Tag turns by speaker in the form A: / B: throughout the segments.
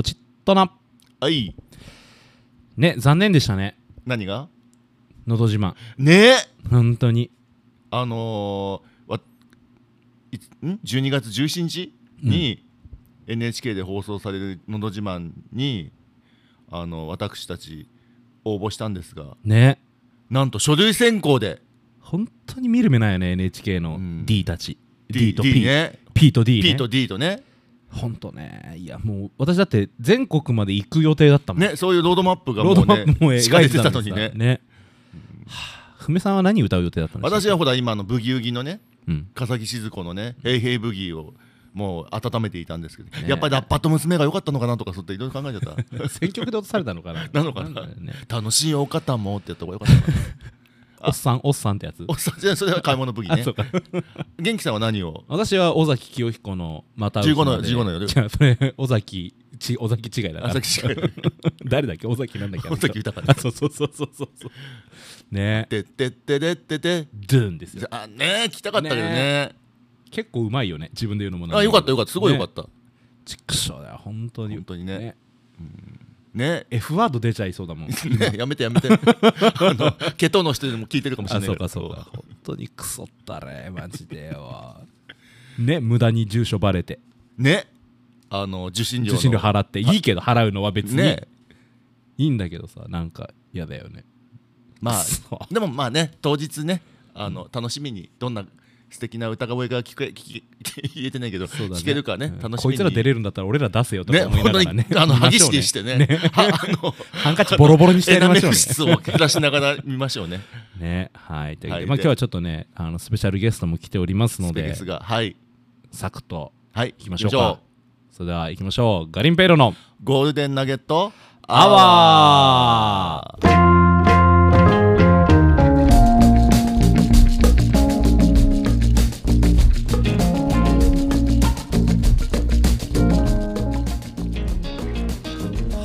A: ったな。
B: はい
A: ね、残念でしたね。
B: 何が
A: のど自慢。
B: ねえ
A: 本当に。
B: あのー、わいつん12月17日に NHK で放送される「のど自慢に」あの私たち応募したんですが
A: ね。
B: なんと書類選考で
A: 本当に見る目ないよね、NHK
B: う
A: の
B: ん
A: D たち。D と P。
B: ね
A: P と D ね。
B: P と D とね
A: 本当ね。いや、もう私だって全国まで行く予定だったもん。
B: ねそういうロードマップが
A: ロード
B: もう
A: マッ
B: ね
A: プも
B: 敷か
A: 描
B: れ
A: いて
B: て
A: た
B: た
A: の
B: の
A: に
B: に
A: ね。
B: ね
A: ね。はあ久米さんは何歌う予定だったんですか
B: 私はほら今のブギウギのね
A: うん。
B: 笠置静子のね「ヘイヘイブギー」をもう温めていたんですけど、
A: ね
B: やっぱりラッパと娘が良かったのかなとかそうっていろいろ考えちゃ っ
A: 選曲で落とされたのかな
B: なのかな
A: だよね
B: た楽しいお方もってやった方が良かったの かな
A: おっさん、おっさんってやつ
B: お。っさんじゃあそれは買い物ブギ
A: あ、
B: ね
A: そうか。
B: 元気さんは何を
A: 私は尾崎清彦のまた
B: 15の
A: で
B: 15の夜
A: 違うそれ尾崎ち尾崎違いだか
B: あ
A: ら
B: さっき違う
A: 誰だっけ尾崎なんだっけ
B: 尾崎豊
A: あそうそうそうそうそうそうね
B: てってってでってて
A: ドゥーンですよ
B: あねえ聞きたかったけどね
A: ね結構うまいよね自分で言うのもなんだ
B: あ
A: け
B: よ
A: ど
B: かったよかったすごいよか
A: ね
B: った
A: ちくしょうだよ本当に
B: 本当にね
A: F ワード出ちゃいそうだ もん
B: ねねやめて やめてあのケトの人でも聞いてるかもしれ
A: あ
B: ない
A: そうかそうか本当にクソったれマジでよ ね無駄に住所バレて
B: ねあの受信料
A: 受
B: の
A: 信料払っていいけど払うのは別に
B: ね
A: いいんだけどさなんか嫌だよね
B: まあ
A: そう
B: でもまあね当日ねあの楽しみにどんな素敵な歌声が聞け聞け言えてないけど、
A: そうだね
B: 聞けるかね
A: うん
B: 楽しみに
A: こいつら出れるんだったら俺ら出せよとか
B: ね
A: 思いな
B: 本
A: が
B: 当
A: らね
B: にあの
A: 見ま
B: 歯ぎ
A: しょ
B: し
A: うね
B: りしてね はあの
A: ハンカチボロボロにしてや
B: エ
A: り
B: ナ
A: ま
B: メ
A: しょう
B: ル
A: ね
B: 質を減らしながら見ましょうね
A: ねはいというわけ
B: は
A: で
B: い
A: まあ今
B: で
A: 日はちょっとねあのスペシャルゲストも来ておりますの
B: スペ
A: で
B: ースがはい
A: サクッと
B: はい
A: いきましょうかそれでは行きましょうガリンペイロの
B: ゴールデンナゲット
A: アワー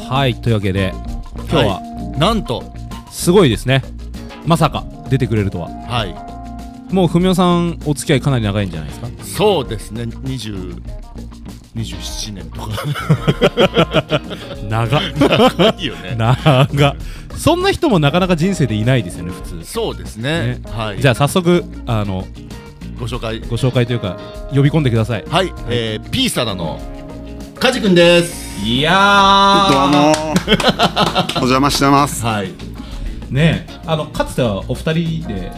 A: はいというわけで今日は
B: はいなんと
A: すごいですねまさか出てくれるとは
B: は
A: もう文雄さんお付き合いかなり長いんじゃないですか
B: いそうですね20 27年とか
A: 長
B: いいよ ね
A: 長そんな人もなかなか人生でいないですよね普通、
B: そうですね
A: ね
B: はい
A: じゃあ早速あの
B: ご紹介
A: ご紹介というか呼び込んでください
B: はい、えー、ピーサラのカジ君です
A: いや
C: どうもお邪魔してます
B: はい
A: ねえあのかつてはお二人で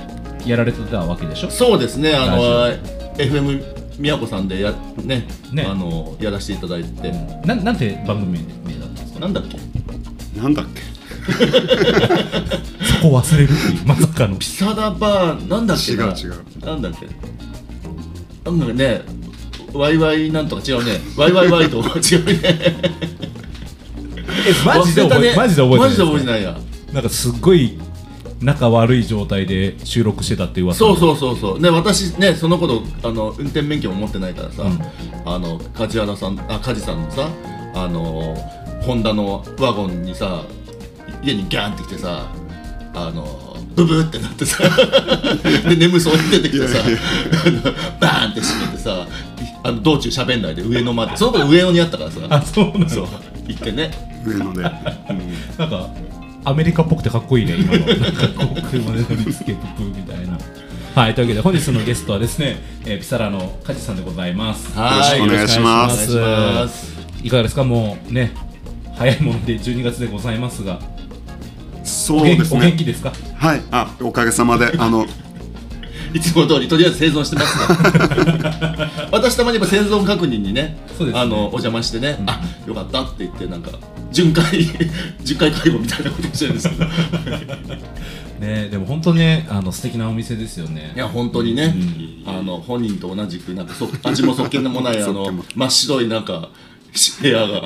A: やられてたわけでしょ
B: そうですねあの
A: ラ
B: FM 宮古さんでやね
A: ね
B: あのやらせていただいて、
A: ななんて番組名だったんですか
B: なんだっけ
C: なんだっけ
A: そこ忘れるっていうまさかの
B: ピサラバーなんだっけな
C: 違う違う
B: なんだっけなんかねワイワイなんとか違うねワイワイワイと違うね
A: マジで
B: 忘れ た
A: 覚え、
B: ね
A: マジで覚えてない
B: マジで覚えてないや
A: なんかすっごい仲悪い状態で収録してたっていう噂
B: そうそうそうそうね私ねその頃あの運転免許も持ってないからさ、
A: うん
B: あの梶原さんあ梶さんのさあのホンダのワゴンにさ家にギャンってきてさあのブブーってなって さで眠そうに出てきてさ
C: いやいや
B: あの バーンって閉めてさあの道中喋んないで上野までその頃上野にあったから
A: あ
B: さ
A: そうな
B: そう
A: の
B: 行ってね
C: 上野で
A: なんかアメリカっぽくてかっこいいね今のなんかこう車で乗りつけてくみたいなはいというわけで本日のゲストはですね、えー、ピサラの梶さんでございます
B: はい
C: よろしくお願いしま
B: お願いします
A: いかがですかもうね早いもので12月でございますが
C: そ
A: お
C: う
A: 元
C: です
A: お元
C: ね
A: 気ですか
C: はいあおかげさまであの
B: いつも通りとりあえず生存してます ね私たまにやっぱ生存確認にね
A: そうですね
B: あのお邪魔してね、あよかったって言ってなんか巡回 巡回介護みたいなことしてるんですけど い
A: ねでも本当ねあの素敵なお店ですよね
B: や本当にね、あの本人と同じくなんかそ味もそっけも ないあ
C: そっ
B: の
C: けも
B: 真っ白いなんか部屋 が
A: い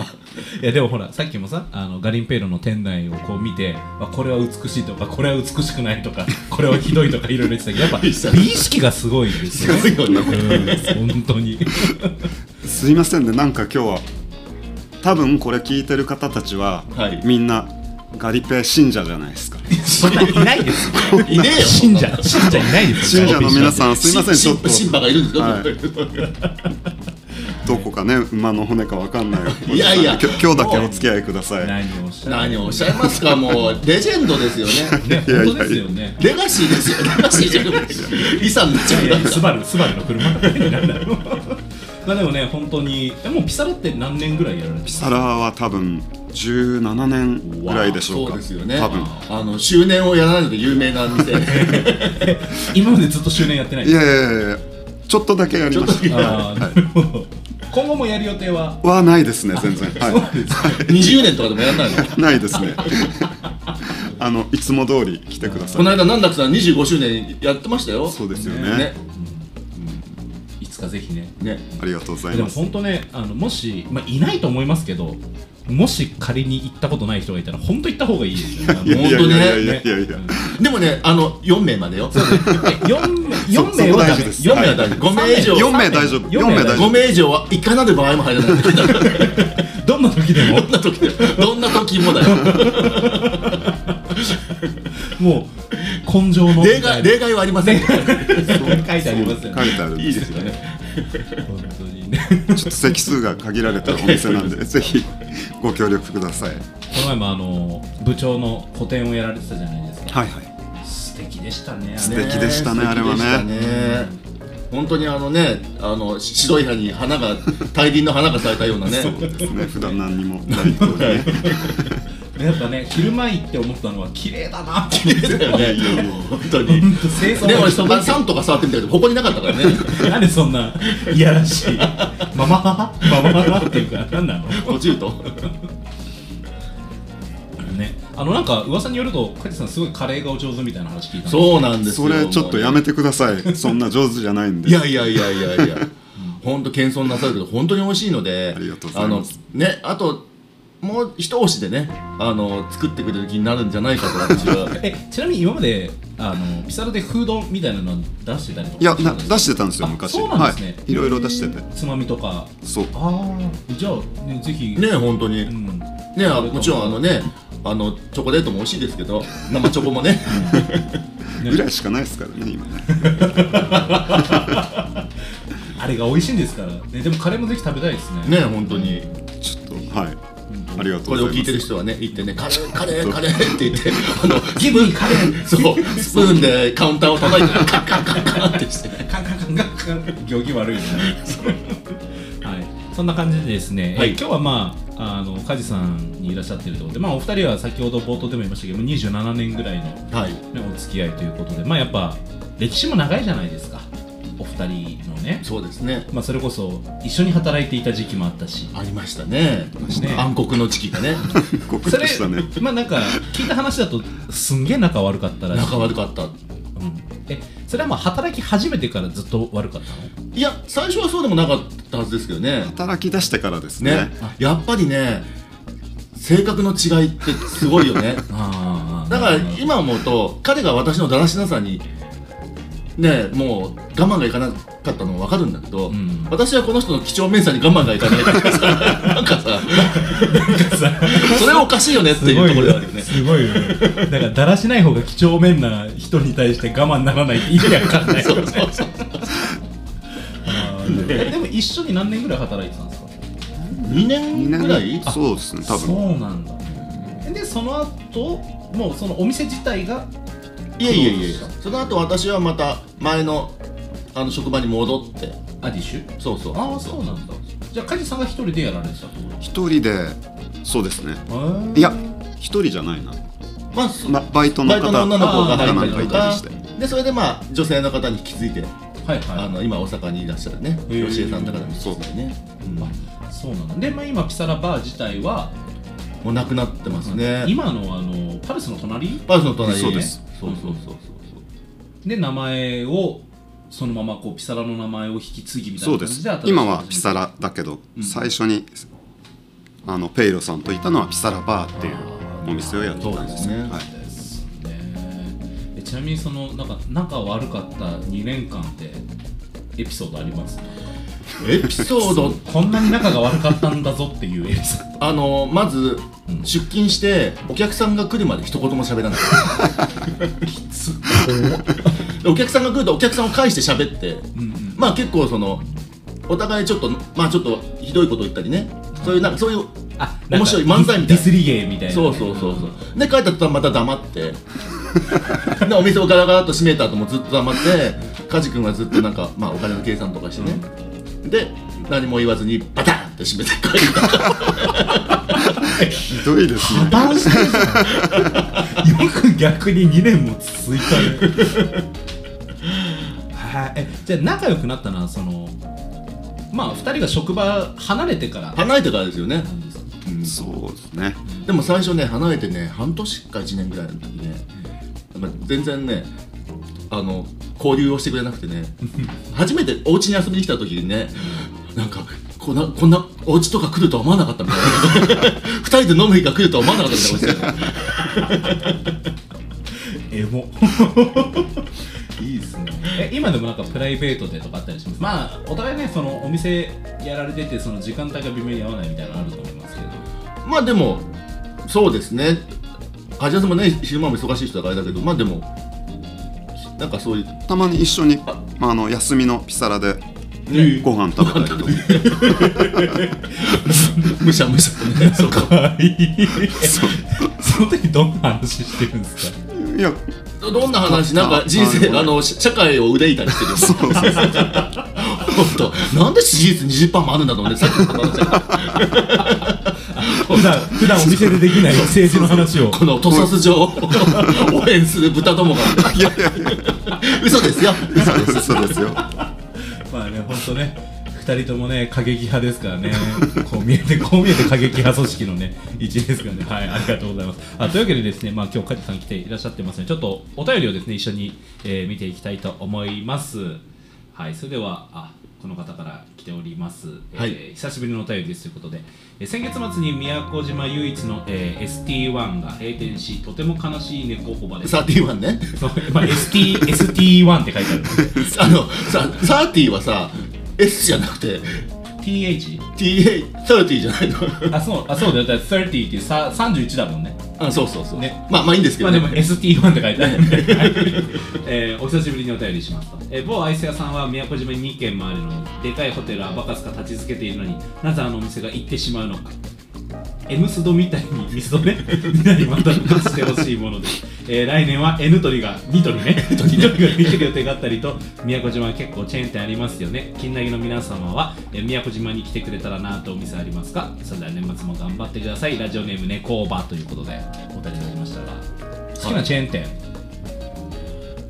A: やでもほらさっきもさあのガリンペイロの店内をこう見て、まあ、これは美しいとかこれは美しくないとかこれはひどいとかいろいろ言ってたけどやっぱ美意識がすごいですよね
B: すごいよね
A: うん本当に
C: すいませんねなんか今日は多分これ聞いてる方たちは、
B: はい
C: みんなガリペ信者じゃないですか
A: そんないないですよ
B: いねえよ
A: 信者信者いないですよ
C: 信者の皆さんすいませんち
B: シ
C: ょ
B: ン
C: っと
B: シンバがいるんですよ、
C: はいどこかね馬の骨かわかんない
B: いやいや
C: 今日今日だけお付き合いください
A: 何をおっしゃ
B: 何をおっしゃ
A: る
B: いますかもうレジェンドですよね
A: ね
C: いやいやいや
A: 本当ですよね
B: レガシーですよレガシーじゃなくて遺産になっちゃう
A: いやいやスバルスバルの車 みたいになんだろうまあでもね本当にえもうピサロって何年ぐらいやられてます
C: サラは多分17年ぐらいでしょうか
B: そうですよね
C: 多分
B: あの周年をやらないので有名な店
A: 今までずっと周年やってない
C: いやいやいやいやちょっとだけやりまし
A: あーなるほど今後もやる予定は
C: たはないですね全然は
B: 20年とかでもやらないの
C: いないですね あのいつも通り来てくださ
B: こ
C: い
B: の間なんだかさん25周年やってましたよ
C: そうですよね
B: ね
A: いつかぜひね
B: ね
C: ありがとうござい
A: でも
C: ます
A: 本当ねあのもし、まあ、いないと思いますけどもし仮に行ったことない人がいたら本当行った方がいいですよねあの
B: いや
C: いやいやいや
A: ね
C: いやいや、
B: でもねあの4名までよ
A: 4名 四名はダメ
C: そ
B: 4名は大丈夫5名以上
C: 4名大丈夫
A: 四
C: 4
A: 名
C: 名
A: 大
C: 大
A: 丈
C: 丈
B: 5
C: 夫
B: 名以上はいかなる場合も入らないどん
A: どんな時でも
B: な 時でどんな時もだよ
A: もう根性の
B: 例外例外はありません
A: 書いてありますよ
C: 書い
A: ね
C: てあるんで
B: いいですよね
A: 本当にね
C: ちょっと席数が限られたお店なんでぜひご協力ください
A: この前もあの部長の個展をやられてたじゃないですか、
C: はいはい
A: 素敵でしたねあ
C: 素
A: れ
C: 敵でしたね
B: 素
C: あれはね
B: 敵でしたね本当にあのねあのし白い歯に花が大輪の花が咲いたようなね
C: そうですね普段何にもないと ね
A: やっぱね昼間行って思ったのは綺麗だなって
B: だよね本当に
A: 本当清掃
B: でも人が3とか触ってみたけどここになかったから ね
A: なんでそんないやらしいママ母ママ母っていうか何なの
B: 落ちると
A: ねあのなんか噂によると梶さんすごいカレーがお上手みたいな話聞いたんう
B: そうなんですよ
C: それちょっとやめてくださいそんな上手じゃないんで
B: いやいやいやいやいや、本当謙遜なさるけど本当に美味しいので、
C: ありがとうございます
B: あのねあともう一押しでね、あの作ってくれる気になるんじゃないかと私 は。
A: えちなみに今まであのピサロでフードみたいなの出してたりとか
C: いや
A: してた
C: なん
A: ですか
C: 出してたんですよ
A: あ
C: 昔
A: そうなんですね
C: はいいろいろ出してて
A: つまみとか
C: そう
A: ああじゃあねぜひ
B: ね本当に、
A: う
B: ね
A: ん
B: あもちろんあのねあのチョコレートも美味しいですけど生チョコもね
C: ぐらいしかないですからね今ね
A: あれが美味しいんですからねでもカレーもぜひ食べたいですね
B: ね本当に
C: ちょっとはいありがと
B: こ
C: うご
B: れを
C: ざいます
B: 聞いてる人はね行ってねカレーカレーカレーって言ってあの
A: ギブカレー
B: そうスプーンでカウンターを叩いてカンカンカンカンってしてね。
A: カンカンカンカンカン行儀悪いねはいそんな 感じでですね、えー
B: はい
A: 今日はまああの梶さんにいらっしゃってるということでまあお二人は先ほど冒頭でも言いましたけども27年ぐらいの、ね、
B: はい
A: お付き合いということでまあやっぱ歴史も長いじゃないですかお二人のね
B: そうですね
A: まあそれこそ一緒に働いていた時期もあったし
B: ありましたね
A: ね
B: 暗黒の時期 がね
C: 告
A: そ
C: 知
A: れ
C: したね
A: まあなんか聞いた話だとすんげえ仲悪かったらしい
B: 仲悪かった
A: うんえそれはまあ働き始めてからずっと悪かったの
B: いや最初はそうでもなかったはずですけどね
C: 働き出してからです
B: ね
C: ね
B: やっぱりね性格の違いってすごいよ ね
A: あ
B: だから今思うと彼が私のだらしなさにねもう我慢がいかなかったのも分かるんだけど、
A: うん
B: 私はこの人の几帳面さに我慢がいかないからさなんか さそれはおかしいよねっていうところがあるよ ね
A: すごいよねだからだらしない方が几帳面な人に対して我慢ならないって意味わかんないよね
B: そうそう
A: あーえでも一緒に何年ぐらい働いてたんですか
B: 2年ぐ
C: 2年
B: らい
C: そうですね多分
A: そうなんだえでその後もうそのお店自体が
B: いやいやいや
A: そうで
B: その後私はまた前のあの職場に戻って
A: アディッシュ
B: そうそう
A: ああそうなんだじゃあ梶さんが一人でやられてたってこ
C: 一人でそうですね
A: と
C: いや一人じゃないな
B: まあそ
C: まバイトの
B: バイトの
C: 方
B: 女の子が入った
A: あー
B: りと
C: バ
B: か
C: イトの女の子が入ったり
B: でそれでまあ女性の方に引き継いで、
A: はいはい
B: あの今大阪にいらっしゃるね
A: へー
B: 教えさんだからそうですね、うん
A: あそうなんだで、まあ、今ピサラバー自体は
B: もうなくなってますね、
A: 今のあのパルスの隣
B: パルスの隣
C: そうです
B: そうそうそうそう
A: で名前をそのままこうピサラの名前を引き継ぎみたい
C: そう
A: な
C: で
A: 感じ
C: す
A: で新しい
C: 今はピ
A: ラ
C: サラだけど、最初にあのペイロさんといたのはピサラバーっていうお店をやってたんです
B: そうです
C: ね
B: ね
C: はい、
A: ですねえちなみにそのなんか仲悪かった2年間ってエピソードあります
B: エピソード
A: こんなに仲が悪かったんだぞっていうエピソー
B: あのまず
A: ん
B: 出勤してお客さんが来るまで一言も喋らないでお客さんが来るとお客さんを返して喋っ
A: ん
B: て、
A: うん
B: まあ結構そのお互いちょっとまあちょっとひどいこと言ったりねそういうなんかそういう
A: あ
B: 面白い漫才み
A: デ
B: たいな
A: ィスリゲーみたいなね
B: そうそうそうそうで帰った途端また黙って でお店をガラガラっと閉めた後もずっと黙ってカジ君はずっとなんか、まあ、お金の計算とかしてね、で何も言わずにバタンって閉めて帰 った
C: ひどいですね
A: 破綻してるじゃんよく逆に2年も続いたよはいえじゃあ仲良くなったのはそのまあ2人が職場離れてから
B: 離れてからですよね
A: なんですか
C: そうですね
B: でも最初ね離れてね半年か1年ぐらいの時ねなんか全然ねあの交流をしてくれなくて ね初めてお家に遊びに来た時にねなんかこんなこんなお家とか来るとは思わなかったみたいな 二人で飲む日が来るとは思わなかったみたいな ことして
A: エモいいですねえ今でもなんかプライベートでとかあったりしますまあお互いねそのお店やられててその時間帯が微妙に合わないみたいなのあると思いますけど
B: まあでもそうですね梶谷さんもね昼間も忙しい人だからあれだけどまあでもなんかそういう
C: たまに一緒にあの休みのピサラで
B: ね
C: ご飯食べたりとか
B: むしゃむしゃと ねそうか
A: いいその時どんな話してるんですか
C: いや
B: どんな話なんか人生
C: ああ
B: あの社会を憂いたりしてるよね
C: そうそうそう
B: 本当 なんで支持率20パーもあるんだろうねさっきの話だ
A: 普段
B: け
A: 普段お店でできない政治の話を
B: どこの屠殺場 を応援する豚どもが
C: いやいやいや
B: 嘘ですよ嘘です
C: そうですよ
A: まあね本当ね2人ともね過激派ですからね こう見えてこう見えて過激派組織のね一員ですからねはいありがとうございますあというわけでですねまあ今日カジさん来ていらっしゃってますのでちょっとお便りをですね一緒に、えー見ていきたいと思いますはいそれではあこの方から来ております、
B: はい
A: えー久しぶりのお便りですということで、えー先月末に宮古島唯一の、えー ST1 が閉店しとても悲しい猫おばです
B: 31ね
A: そう まあ ST ST1 って書いてある
B: あのさ30はさ S じゃなくて
A: TH
B: TA30 じゃないの
A: あそうあそうだよだって30っていうさ31だもんね
B: あそうそうそう、
A: ね
B: まあまあいいんですけ
A: ま
B: ど
A: あで
B: ね、
A: も ST1 って書いてあるんで、 はいえーお久しぶりにお便りしますと、えー某アイス屋さんは宮古島に2軒もあるのにでかいホテルはバカスカ立ち続けているのになぜあのお店が行ってしまうのか M スドみたいにミスドねみん なにまた復活してほしいもので、えー来年は N 鳥がニトリねニトリができる予定があったりと宮古島は結構チェーン店ありますよね金なぎの皆様は、えー宮古島に来てくれたらなとお店ありますかそれでは年末も頑張ってくださいラジオネームねコーバということでお便りいただきましたが好きなチェーン店、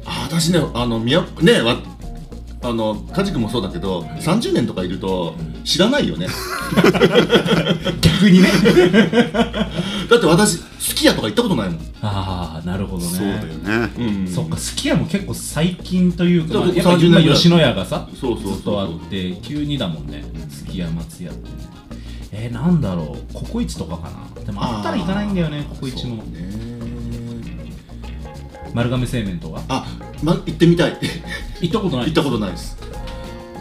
B: あ私ねあの宮ねわあのカジ君もそうだけど30年とかいると知らないよね
A: 逆にね
B: だって私好きやとか言ったことないもん
A: ああなるほどね
C: そうだよね
B: うん
A: そっか、すき家も結構最近というか、
B: そう
A: まあ、やっ
B: 30
A: ぱ
B: 年ぐ
A: 今
B: らい
A: 吉野家がさ、
B: そうそうそう
A: ずっとあって、急にだもんね、すき家、松屋ってね。えー、なんだろう、ココイチとかかな。でもあったら行かないんだよね、ココイチも。
B: ね
A: 丸亀製麺とか。
B: あ、ま、行ってみたい
A: 行ったことない
B: 行ったことないです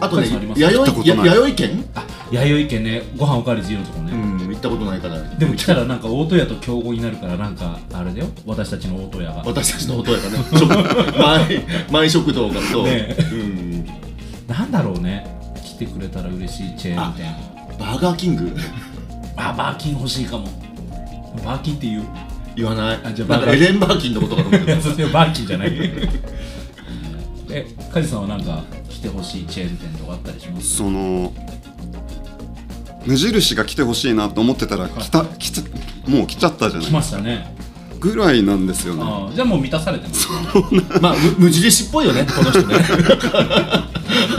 B: あと
A: 高
B: ね
A: 橋さんあります
B: 弥
C: 行った
B: 生
C: ことない
B: や弥生県
A: あ、弥生県ね、ご飯おかわり自由のとこ
B: う
A: ね。
B: ん行ったことないから
A: でも来たらなんか大戸屋と競合になるからなんかあれだよ私たちの大戸屋が
B: 私たちの音やからね食 前前食堂がと、
A: ねえ
B: うん
A: なんだろうね来てくれたら嬉しいチェーン店
B: バーガーキング
A: あバーキン欲しいかもバーキンっていう
B: 言わない
A: あじゃあ
B: な
A: バー
B: ん
A: ガ
B: か
A: ー
B: エレンバーキンのことかと思っ
A: いや
B: て
A: それバーキンじゃない えカジさんはなんか来てほしいチェーン店とかあったりします
C: その無印が来てほしいなと思ってたら来た来ちゃもう来ちゃったじゃ
A: 来
C: ない
A: ましたね
C: ぐらいなんですよね
A: ああじゃあもう満たされてます
B: たまあむ無印っぽいよねこの人ねあ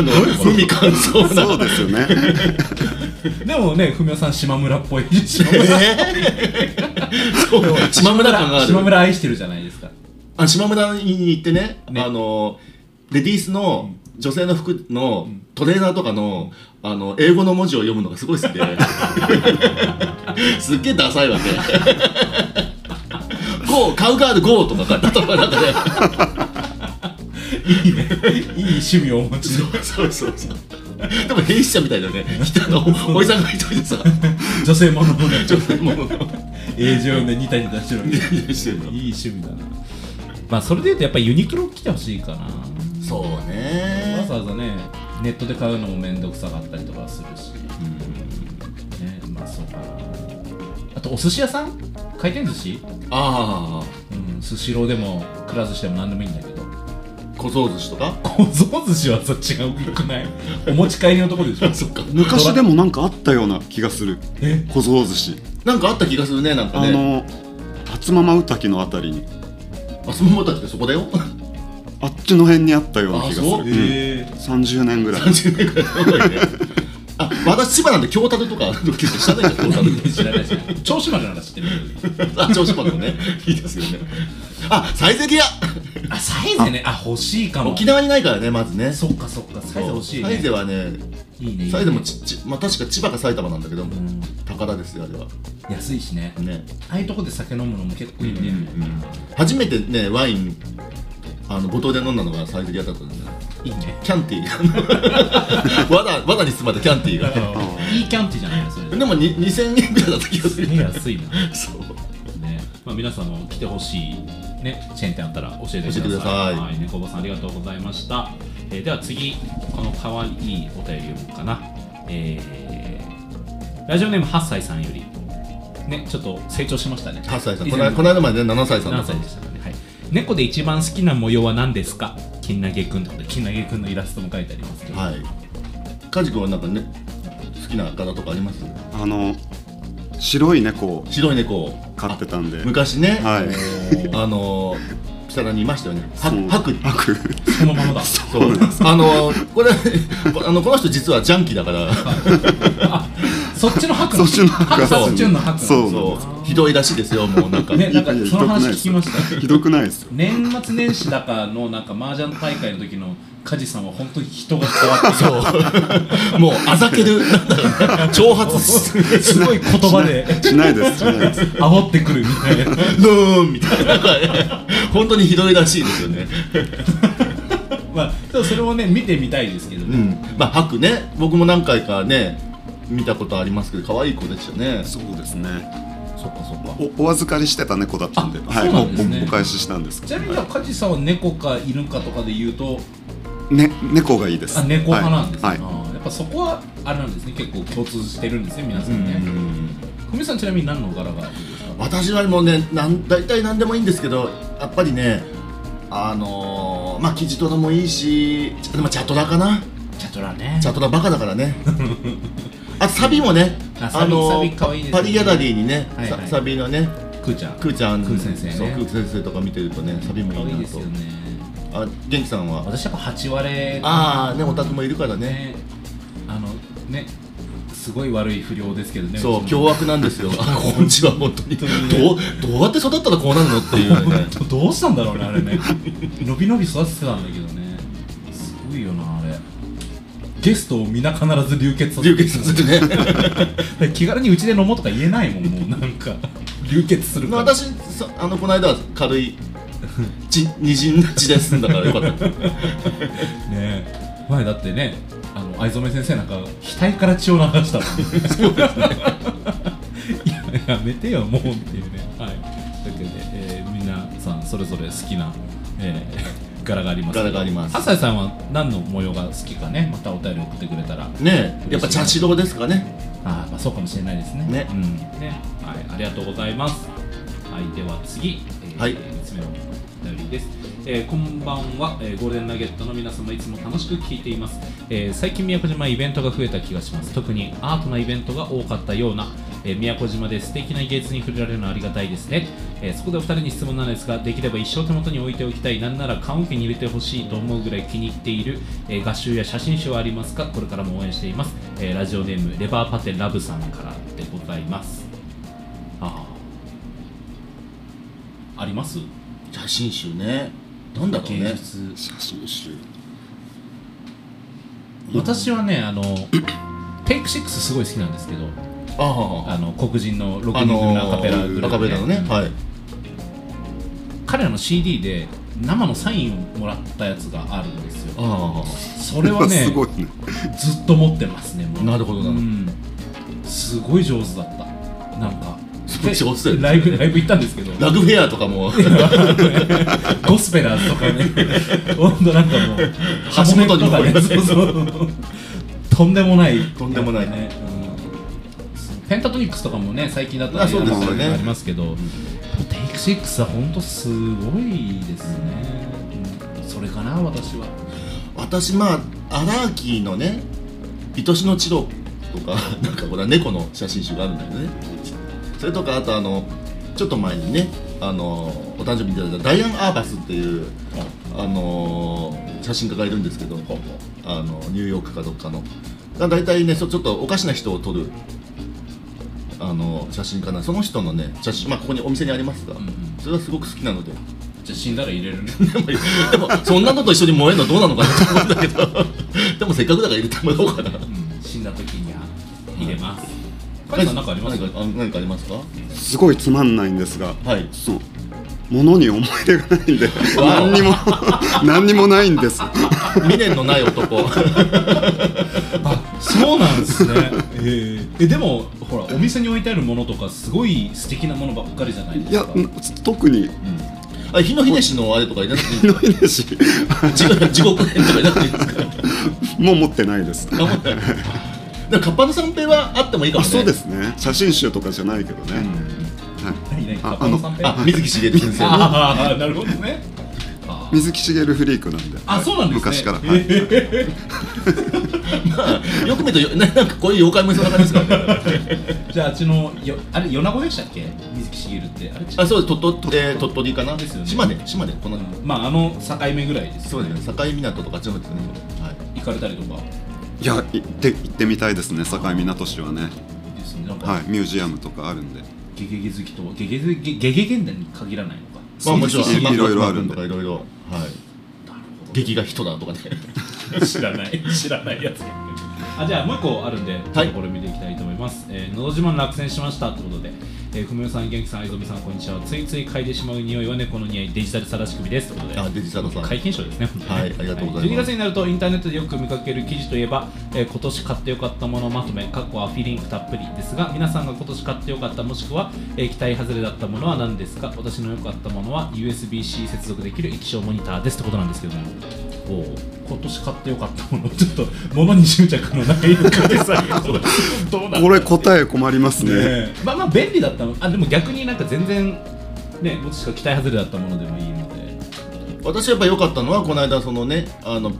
B: の海乾燥な
C: そうですよね
A: でもね文雄さん島村っぽ い島
B: え
A: 村
B: ーそう島村感がある
A: 島村愛してるじゃないです か
B: あ島村に行ってね
A: ね
B: あのレディースの女性の服のトレーナーとかのあの英語の文字を読むのがすごい好きですっげえダサいわけ「ゴーカウガールゴー」とかが頭の中で
A: いいねいい趣味をお持ちの
B: そうそうそうでも変質者みたいだよね人のおじさんが一人でさ
A: 女性ものもね
B: ちょっともう
A: 英字を読んでニタニタしてるわけい
B: 変質者の
A: い趣味だなまあそれでいうとやっぱりユニクロ来てほしいかな
B: そう
A: わ
B: ね
A: ざわざねネットで買うのも面倒くさかったりとかするし、ねまあそうかなあとお寿司屋さん回転寿司
B: あ
A: うんスシローでもくら寿司でも何でもいいんだけど
B: あ小僧寿司とか
A: 小僧寿司はそっちが多くないお持ち帰りのとこでしょ
B: そっか
C: 昔でもなんかあったような気がする
A: え
C: 小僧寿司
B: なんかあった気がするねなんか
C: あ
B: ね
C: の初ママうたきのあたりに
B: あそのままたってそこだよ
C: あっちの辺にあったような気がする
B: あそう
C: うん30年ぐら い
B: 30年ぐらい前ね あ私千葉なんで京樽とか同級生したね 京樽
A: 知らない知らない銚子丸なら知ってる
B: あ調子箱ねいいですよねあサイゼリヤ
A: あサイズねあ欲しいかも
B: 沖縄にないからねまずね
A: そっかそっかサイズ欲しいね
B: サイゼはね
A: いいねいいね
B: サイゼもちちまあ確か千葉か埼玉なんだけども
A: うん
B: 高田ですよあれは
A: 安いしね
B: ね
A: ああいうとこで酒飲むのも結構いいね、
B: 初めてねワインあの五島で飲んだのがサイゼリヤだったんですよ
A: いいね
B: キャンティー わざわざに包まれたキャンティーが
A: いいキャンティじゃないのそれ
B: でもに2000円ぐらいだった気がする
A: ね安いな、
B: そう
A: ねまあ、皆さんも来てほしい、ね、チェーン店あったら教えてください
B: 教えてください
A: はい猫坊さんありがとうございました、えーでは次この可愛いお便り読むかなえーラジオネーム8歳さんよりねちょっと成長しましたね
B: 8歳さん
A: 以
B: こ
A: 前
B: の間この間までね7歳さんだ
A: 何
B: った
A: 歳でしたかね、はい、猫で一番好きな模様は何ですか金投げくんってことで金投げくんのイラストも書いてありますけど、
B: はいカジ君はなんかね好きな柄とかあります
C: あの白い猫を
B: 白い猫を
C: 飼ってたんで
B: 昔ね、
C: はい
B: あの木更津にいましたよねは
C: そう
B: はく
C: 白
A: そのままだ
B: そう あのこれあのこの人実はジャンキーだから
A: あそっちの白
C: そっちの白
A: 白そっちの白
C: そう
B: そうひどいらしいですよもうなんか、
A: ねなんか
C: いやいや
A: その話聞
C: ひ
A: き
C: どくない
A: ま
C: です
A: した
C: ひどくないで
A: 年
C: すよ
A: 末年始だかのなんか麻雀大会の時の梶さんは本当に人が変わってそう
B: もうあざけるなんだろうね挑発する
A: すごい言葉で
C: しないですしないです
A: 煽ってくるみたいな
B: ルーンみたいな本当にひどいらしいですよね
A: まあでもそれもね見てみたいですけど
B: う
A: ね、
B: んまあハクね僕も何回かね見たことありますけど可愛い子でしたねそ
C: そうですね
B: っかそっか
C: おお預かりしてた猫だったんで
A: あ
C: はい
A: そうなんですね
C: おおお返ししたんですけ
A: ちな
C: ど
A: みにじゃあ梶さんは猫か犬かとかで言うと
C: ね猫がいいです
A: あ猫派なんですね、
C: はいはい
A: あーやっぱそこはあれなんですね結構共通してるんですね皆さ
B: うんん
A: ねふみさんちなみに何の柄がいいですか
B: 私はもうねなん大体何でもいいんですけどやっぱりねあのー、まあキジトラもいいしでもチャトラかな
A: チャトラね
B: チャトラバカだか らねあサビもね
A: あサビサビ可愛いですね
B: パリギャラリーにね、
A: はいはい
B: ササビのね
A: くーちゃん
B: クーちゃん
A: クー先生ね
B: そうクー先生とか見てるとねサビもい
A: 可愛
B: い
A: い
B: な
A: で
B: と
A: すよね
B: あ元気さんは
A: 私やっぱ八割れ
B: ああねオタクもいるからね
A: ね、あのね、すごい悪い不良ですけどね。
B: そう
A: ちも
B: 凶悪なんで すよあこんちは本当に
A: 本当に
B: どうどうやって育ったらこうなるのってい うね
A: どうしたんだろうねあれね。伸び伸び育ててたんだけどね。すごいよなあれ。ゲストを皆必ず流血させ
B: 流血させてね
A: て気軽にうちで飲もうとか言えないもんもうなんか流血する
B: ま
A: か
B: あ
A: ら。
B: 私そあのこの間は軽いち二人立ちですんだからよかった
A: ねえ前だってねあの藍染先生なんか額から血を流したもん いややめてよもうっていうねはいというわけで、えー、みんなさんそれぞれ好きな、えー、柄があります
B: 柄があります
A: 浅井さんは何の模様が好きかねまたお便り送ってくれたら
B: ねえやっぱ茶指導ですかね
A: あーまあそうかもしれないですね
B: ね
A: うんねはいありがとうございますはいでは次、えー
B: はい
A: 三つ目のお便りです、えーこんばんは、えーゴールデンナゲットの皆様いつも楽しく聞いています、えー最近宮古島はイベントが増えた気がします特にアートなイベントが多かったような、えー宮古島で素敵な芸術に触れられるのはありがたいですね、えーそこでお二人に質問なんですができれば一生手元に置いておきたいなんなら棺桶に入れてほしいと思うぐらい気に入っている、えー画集や写真集はありますかこれからも応援しています、えーラジオネームレバーパテラブさんからでございますあああります
B: 写真集ねなんだろう
A: 芸
B: ね
A: 術
C: 写真集
A: 私はねあのテイク6すごい好きなんですけど
B: あ
A: あの黒人の6
B: ああ
A: 人組の
B: の
A: アカペラグループ、
B: ー、アカペラのね、はい
A: 彼らの CD で生のサインをもらったやつがあるんですよ
B: あ
A: それはね
C: すごいね
A: ずっと持ってますねも
B: あ
A: う
B: なるほどなるほど
A: うんすごい上手だったなんか
B: その仕事だよね
A: ライブライブ行ったんですけど
B: ラグフェアとかも
A: ゴスペラーズとかね本当なんかもう
B: 橋本にも
A: ハモネとかねそうそうとんでもない
B: とんでもない
A: ね、うんペンタトニックスとかもね最近だったら
B: あそうですよね
A: やるのありますけど、テイクシックスは本当すごいですね、うんそれかな私は
B: 私まあアラーキーのね「愛しの地路」とか なんかほら猫の写真集があるんだよねそれとかあとあのちょっと前にねあのお誕生日にいただいたダイアン・アーバスっていうあの写真家がいるんですけどあのニューヨークかどっかのが大体ねそちょっとおかしな人を撮るあの写真家なその人のね写真まあここにお店にありますが、
A: んうん
B: それはすごく好きなので
A: じゃあ死んだら入れ るね
B: でもそんなのと一緒に燃えるのどうなのかなと思うんだけどでもせっかくだから入れてもらおうかな
A: うん死んだ時には入れます、カイさんなんかあります
B: 何かあ何かありますか
C: すごいつまんないんですが、
B: はい
C: その物に思い出がないんで 何にも何にもないんです
B: 未練のない男
A: あそうなんですね、 えーえでもほらお店に置いてあるものとかすごい素敵なものばっかりじゃないで
C: い
A: す
C: や
A: か
C: 特に
B: あ日野秀氏のあれとかいなくていい
C: ノイネシ
B: 地獄地獄編とかいなくていいですか
C: もう持ってないです
B: あもうでもカッパの三平はあってもいいか
C: あ
B: もね
C: そうですね写真集とかじゃないけどね、はい
A: 何何パ
C: あ
A: パの三平
B: あ水木しげる先生の
A: ああなるほどねあ
C: 水木しげるフリークなんで
A: あそうなんですね
C: 昔から、はい
A: えー
B: まあよく見るとよななんかこういう妖怪もいそうな感じですからね
A: じゃああっちのよあれ米子でしたっけ水木しげるってあれ違う
B: あそうです鳥取,、えー鳥取かな
A: ですよね
B: 島根島根この、
A: うんまああの境目ぐらいです
B: そうですね境港とかあっちの方ですね、はい
A: 行かれたりとか
C: いやいって行ってみたいですね境港市はね
A: ですねなんか、
C: はいミュージアムとかあるんで
A: ゲゲゲ好きとゲゲゲゲゲゲゲンダに限らないのか
B: まあもちろん
C: いろいろあるん
B: とかい
C: で
B: ろいろはい
A: なるほど
B: 劇が人だとかね
A: 知らない知らないやつあじゃあもう一個あるんで、ちょっとこれ見ていきたいと思います、えーのど自慢落選しましたってことで、えー、久米さん元気さん藍染さんこんにちはついつい嗅いでしまう匂いは猫の匂いデジタルさらし首ですってことで
B: あデジタルさん
A: 皆勤賞ですね、本当にね
B: はいありがとうございます
A: 12月になるとインターネットでよく見かける記事といえば、えー今年買ってよかったものまとめ過去はフィリンクたっぷりですが皆さんが今年買ってよかったもしくは、えー期待外れだったものは何ですか私の良かったものは USB-C 接続できる液晶モニターですってことなんですけどもおう今年買ってよかったものちょっと物に執着のないかでさ どうなんだろう
C: これ答え困りますね
A: ねまあまあ便利だったのあでも逆になんか全然ねもしくは期待外れだったものでもいいので
B: 私はやっぱ良かったのはこの間そのねあの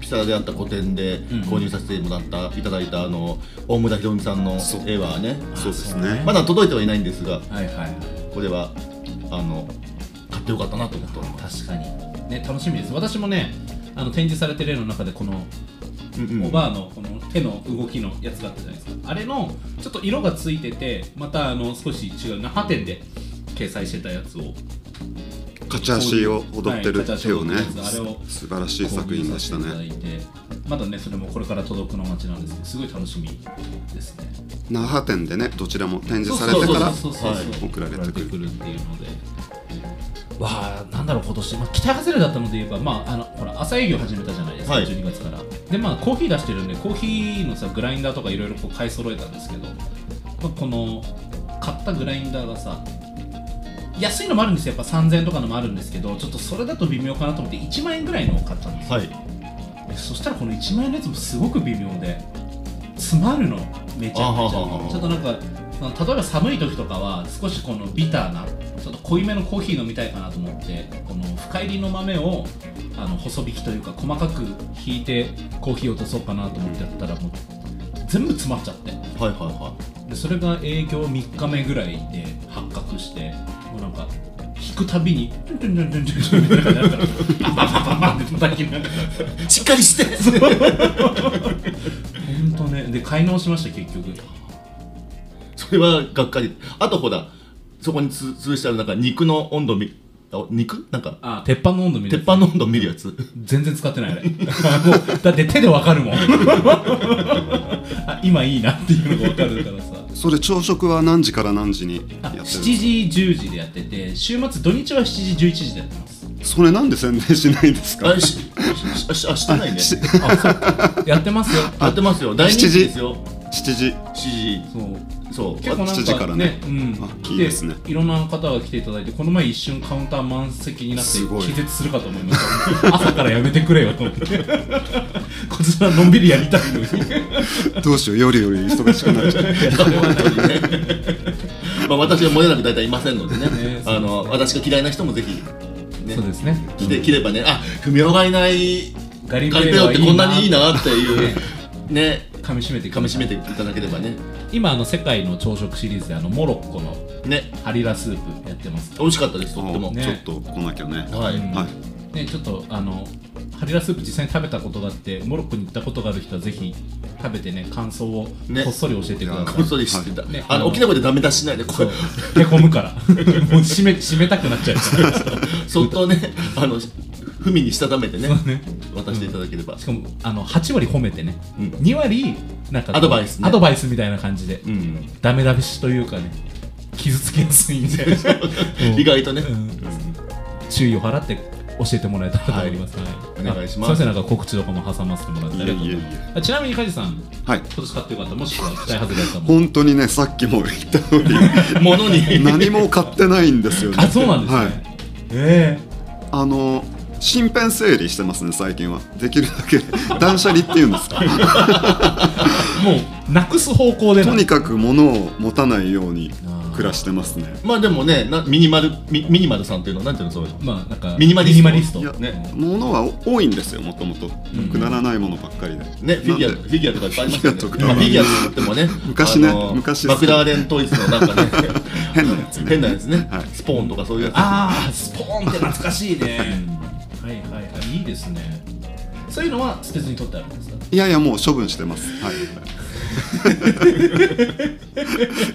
B: ピサラであった個展で
A: ん
B: 購入させてもらった、いただいたあの大村ひろみさんの
C: そう
B: 絵はね
C: そうです
A: そうね
C: ね
B: まだ届いてはいないんですが
A: はいはいはい
B: これはあの買ってよかったなと思っております
A: 確かにね楽しみです私もねあの展示されてる絵の中でこの
B: うんうん
A: おばあのこの手の動きのやつがあったじゃないですかあれのちょっと色がついててまたあの少し違うな破点で掲載してたやつを
C: 勝ち足を踊ってる手をね、
A: はい片足を踊ってるやつあれを
C: す素晴らしい作品でした
A: 購入
C: ね
A: させていただいてまだねそれもこれから届くの待ちなんですけどすごい楽しみですね
C: 那覇店でねどちらも展示されてから
A: そうそうそうそうそう
C: 送られてくる
A: 送っていうのでわあなんだろう今年、まあ、期待外れだったので言えば、まあ、あのほら朝営業始めたじゃないですか、
B: はい
A: 12月からでまあコーヒー出してるんでコーヒーのさグラインダーとかいろいろこう買い揃えたんですけど、まあ、この買ったグラインダーがさ安いのもあるんですよやっぱ3000円とかのもあるんですけどちょっとそれだと微妙かなと思って1万円ぐらいのを買ったんですよ
B: はい
A: でそしたらこの1万円のやつもすごく微妙で詰まるのめちゃくち
B: あはは
A: ゃ
B: は
A: ちょっとなんかその例えば寒い時とかは少しこのビターなちょっと濃いめのコーヒー飲みたいかなと思ってこの深入りの豆をあの細引きというか細かく引いてコーヒーを落とそうかなと思ってやったらもう全部詰まっちゃって
B: はいはいは
A: でそれが営業3日目ぐらいで発覚してもうなんか引くたびに「トゥントゥントゥントゥントゥン」みたいななんかバンバンバンバンって叩きながら。
B: いしっかりして
A: 本当ねで買い直しました結局
B: それはがっかりあとほらそこにつ通してあるなんか肉の温度みあ肉なんか
A: あ鉄板の温度見る
B: 鉄板の温度見るやつ
A: 全然使ってないあれ もうだって手でわかるもん あ今いいなっていうのがわかるからさ
C: それ朝食は何時から何時にやってるんですか
A: 7時10時でやってて週末土日は7時11時でやってます
C: それなんで宣伝しないんですか
B: あしししあしてないね
C: し
A: あそうやってますよ
B: やってますよ大人気ですよ
C: 7時
B: 7時
A: そう
B: そう
A: 結構なんか
C: 7時からね
A: うん、
C: あいいですね
A: 来ていろんな方が来ていただいてこの前一瞬カウンター満席になって
C: すごい
A: 気絶するかと思いました朝からやめてくれよと思って こちらのんびりやりたい のに
C: どうしよう夜より忙しくなっちゃう
B: まあ私はもれなく大体いませんのでね
A: ね
B: あの私が嫌いな人もぜひね
A: そうですね
B: 来て切ればねあ踏みようがいない
A: ガリ
B: ガリペロってこんなにいいなっていう
A: ね
B: ね
A: 噛み締めてくださ
B: 噛
A: い
B: み締めていただければね
A: 今あの世界の朝食シリーズであのモロッコの
B: ね
A: ハリラスープやってます
B: 美味しかったですとっても、
C: あ
A: ね
C: ちょっと来なきゃね
B: はい、
A: うん
C: はい
A: ねちょっとあのハリラスープ実際に食べたことがあってモロッコに行ったことがある人はぜひ食べてね感想を
B: ね
A: こっそり教えてください、
B: こっそりしてた、
A: いね
B: あの沖縄でダメ出ししないでこ
A: そう
B: う
A: へこむから もう締め締めたくなっちゃうから
B: そっとねあの文にしたためてね渡していただければ、
A: しかもあの8割褒めてね、
B: うん
A: 2割なんかこう
B: アドバイスね
A: アドバイスみたいな感じで、
B: うん
A: ダメ出しというかね傷つきやすいんで、うん
B: 意外とね、
A: うん注意を払って教えてもらえたらと思います、はい
B: お願いします
A: あすいませんなんか告知とかも挟ませてもらってありがとうございます
C: いえい
A: あちなみに梶さん
C: は
A: 今
C: い
A: 年買ってよかったもしくは期待外れだったもん
C: 本当にねさっきも言った通り
B: 物に
C: 何も買ってないんですよね
A: あそうなんですね、
C: はい
A: え
C: あの身辺整理してますね最近はできるだけ断捨離っていうんですか
A: えもうなくす方向でな
C: とにかく物を持たないように
A: あー
C: 暮らしてますね
B: まあでもねなミニマルミミニマルさんっていうのはなんていうのそういうの
A: まあなんか
B: ミニマリスト
A: ト
B: いやね
C: 物は多いんですよもともと
A: ん
C: くだらないものばっかりで
B: ね、フィギュア
C: なん
B: フ
C: で
B: ィギュアとかいっぱいありますよね
C: フィギュアとか
B: まあフィギュアって言ってもね
C: 昔ね
B: あの
C: 昔
B: マクラーレントイズのなんかね
C: 変なやつね
B: 変なやつね、
C: はい
B: スポーンとかそういうやつ
A: ああスポーンって懐かしいねはいはいはいいいですねそういうのは捨てずに取ってあるんですか
C: いやいやもう処分してますはい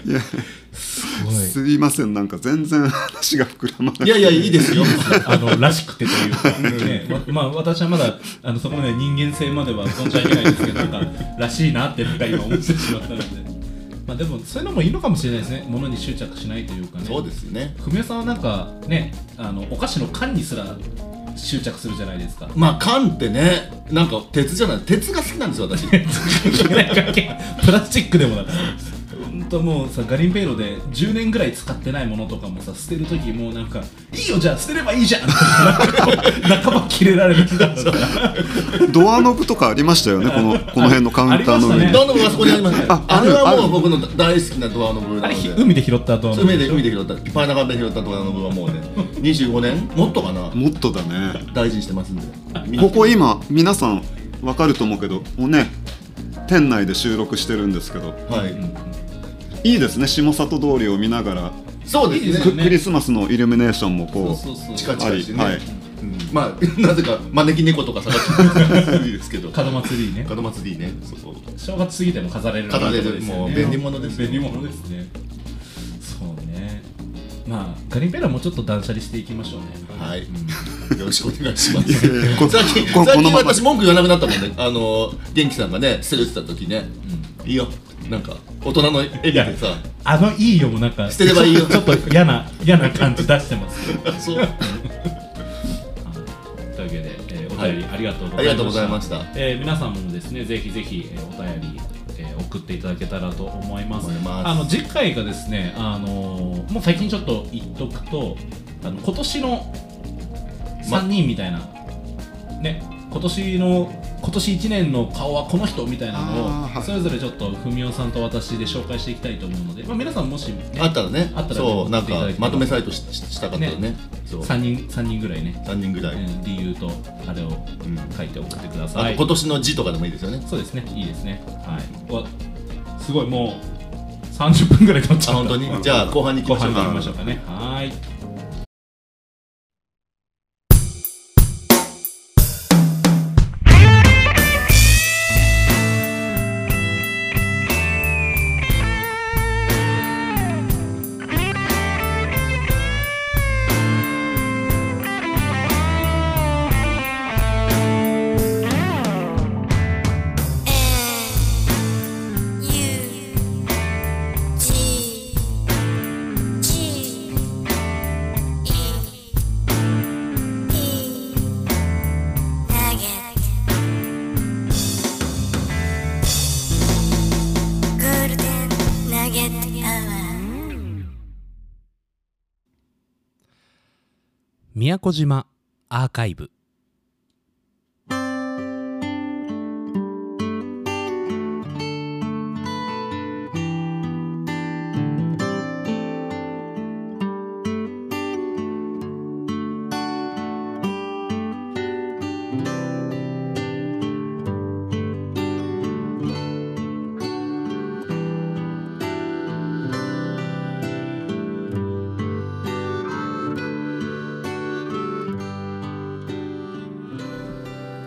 C: いやすいませんなんか全然 話が膨らまない
B: いやいやいいですよ
A: あのらしくてというか、ね ままあ、私はまだあのそこまで人間性までは存じ上げないですけどなんからしいなってなんか今思ってしまったので、まあ、でもそういうのもいいのかもしれないですね物に執着しないというかね
B: そうですよね
A: 文雄さんはなんかねあのお菓子の缶にすら執着するじゃないですか
B: まあ缶ってねなんか鉄じゃない鉄が好きなんですよ 私
A: プラスチックでもなく本当もうさガリンペイロで10年ぐらい使ってないものとかもさ捨てる時もうなんか「いいよじゃあ捨てればいいじゃん」 半ば切れられる気がする
C: ドアノブとかありましたよねこのこの辺のカウンターの
A: ありましたね
C: 上に
B: ドアノブがそこにありますね
C: あ
B: あれ
C: あ
B: は
C: る
B: もう僕の大好きなドアノブ
A: あ
B: な
A: れひ
B: ので
A: 海で拾ったとは思う
B: 海で海で拾ったパイナガンで拾ったドアノブはもうね25年もっとかな
C: もっとだね
B: 大事にしてますんで
C: ここ今皆さんわかると思うけどもうね店内で収録してるんですけど
B: はい、
C: いいですね下里通りを見ながら、
B: そうです
A: いいで
B: ね
A: すよ
C: ク
A: ね
C: クリスマスのイルミネーションもこう
A: そうそう
B: チ
A: そう
B: カチカしてね、
C: ありはい
B: うんまあ なぜか招き猫とか探してるんですけど
A: 門松リーね
B: 門松 D ねそうそう
A: 正月過ぎても飾れる
B: 飾れる
A: とこですよね
B: もう便利物ですよ
A: 便利物ですねそうねまあガリベラもちょっと断捨離していきましょうね
B: はい、よろしくお願いします。
C: いやいやこ
B: 最近、
C: こ
B: 最
C: こ
B: 近
C: のまま
B: 私文句言わなくなったもんね。あのー、元気さんがね、捨ててた時ね、いいよ、なんか大人のエビでさ、
A: あのいいよもなんか
B: 捨てればいいよ
A: ちょっと嫌な嫌な感じ出してますけど
B: そう、
A: というわけで、えーお便り
B: は
A: ありがとうございました、
B: ありがとうございました
A: えー皆さんもですねぜひぜひ、えーお便り、えー送っていただけたらと思います
B: 思います
A: あの次回がですねあのーもう最近ちょっと言っとくとあの今年の
B: ま
A: 3人みたいな、ね今年の今年1年の顔はこの人みたいなの
C: あーは
A: を
C: い
A: それぞれちょっと文雄さんと私で紹介していきたいと思うので、まあ、皆さんもし、ね、
B: あったらね、
A: あったらね
B: そう、なん
A: 送ってい
B: か
A: ただければ
B: まとめサイトしししたかったよね、そう、
A: 3人三人ぐらいね、
B: 三人ぐらい、
A: うん理由とあれを
B: うん
A: 書いて送ってください、
B: あと今年の字とかでもいいですよね。
A: そうですね、いいですね。はい。わすごいもう30分ぐらい経っちゃ
B: あ、
A: った。
B: 本当に、じゃあ後半に行
A: 後
B: きましょ
A: 半に行
B: うか
A: き。ましょうかね。はーい。
D: N U T T 宮古島アーカイブ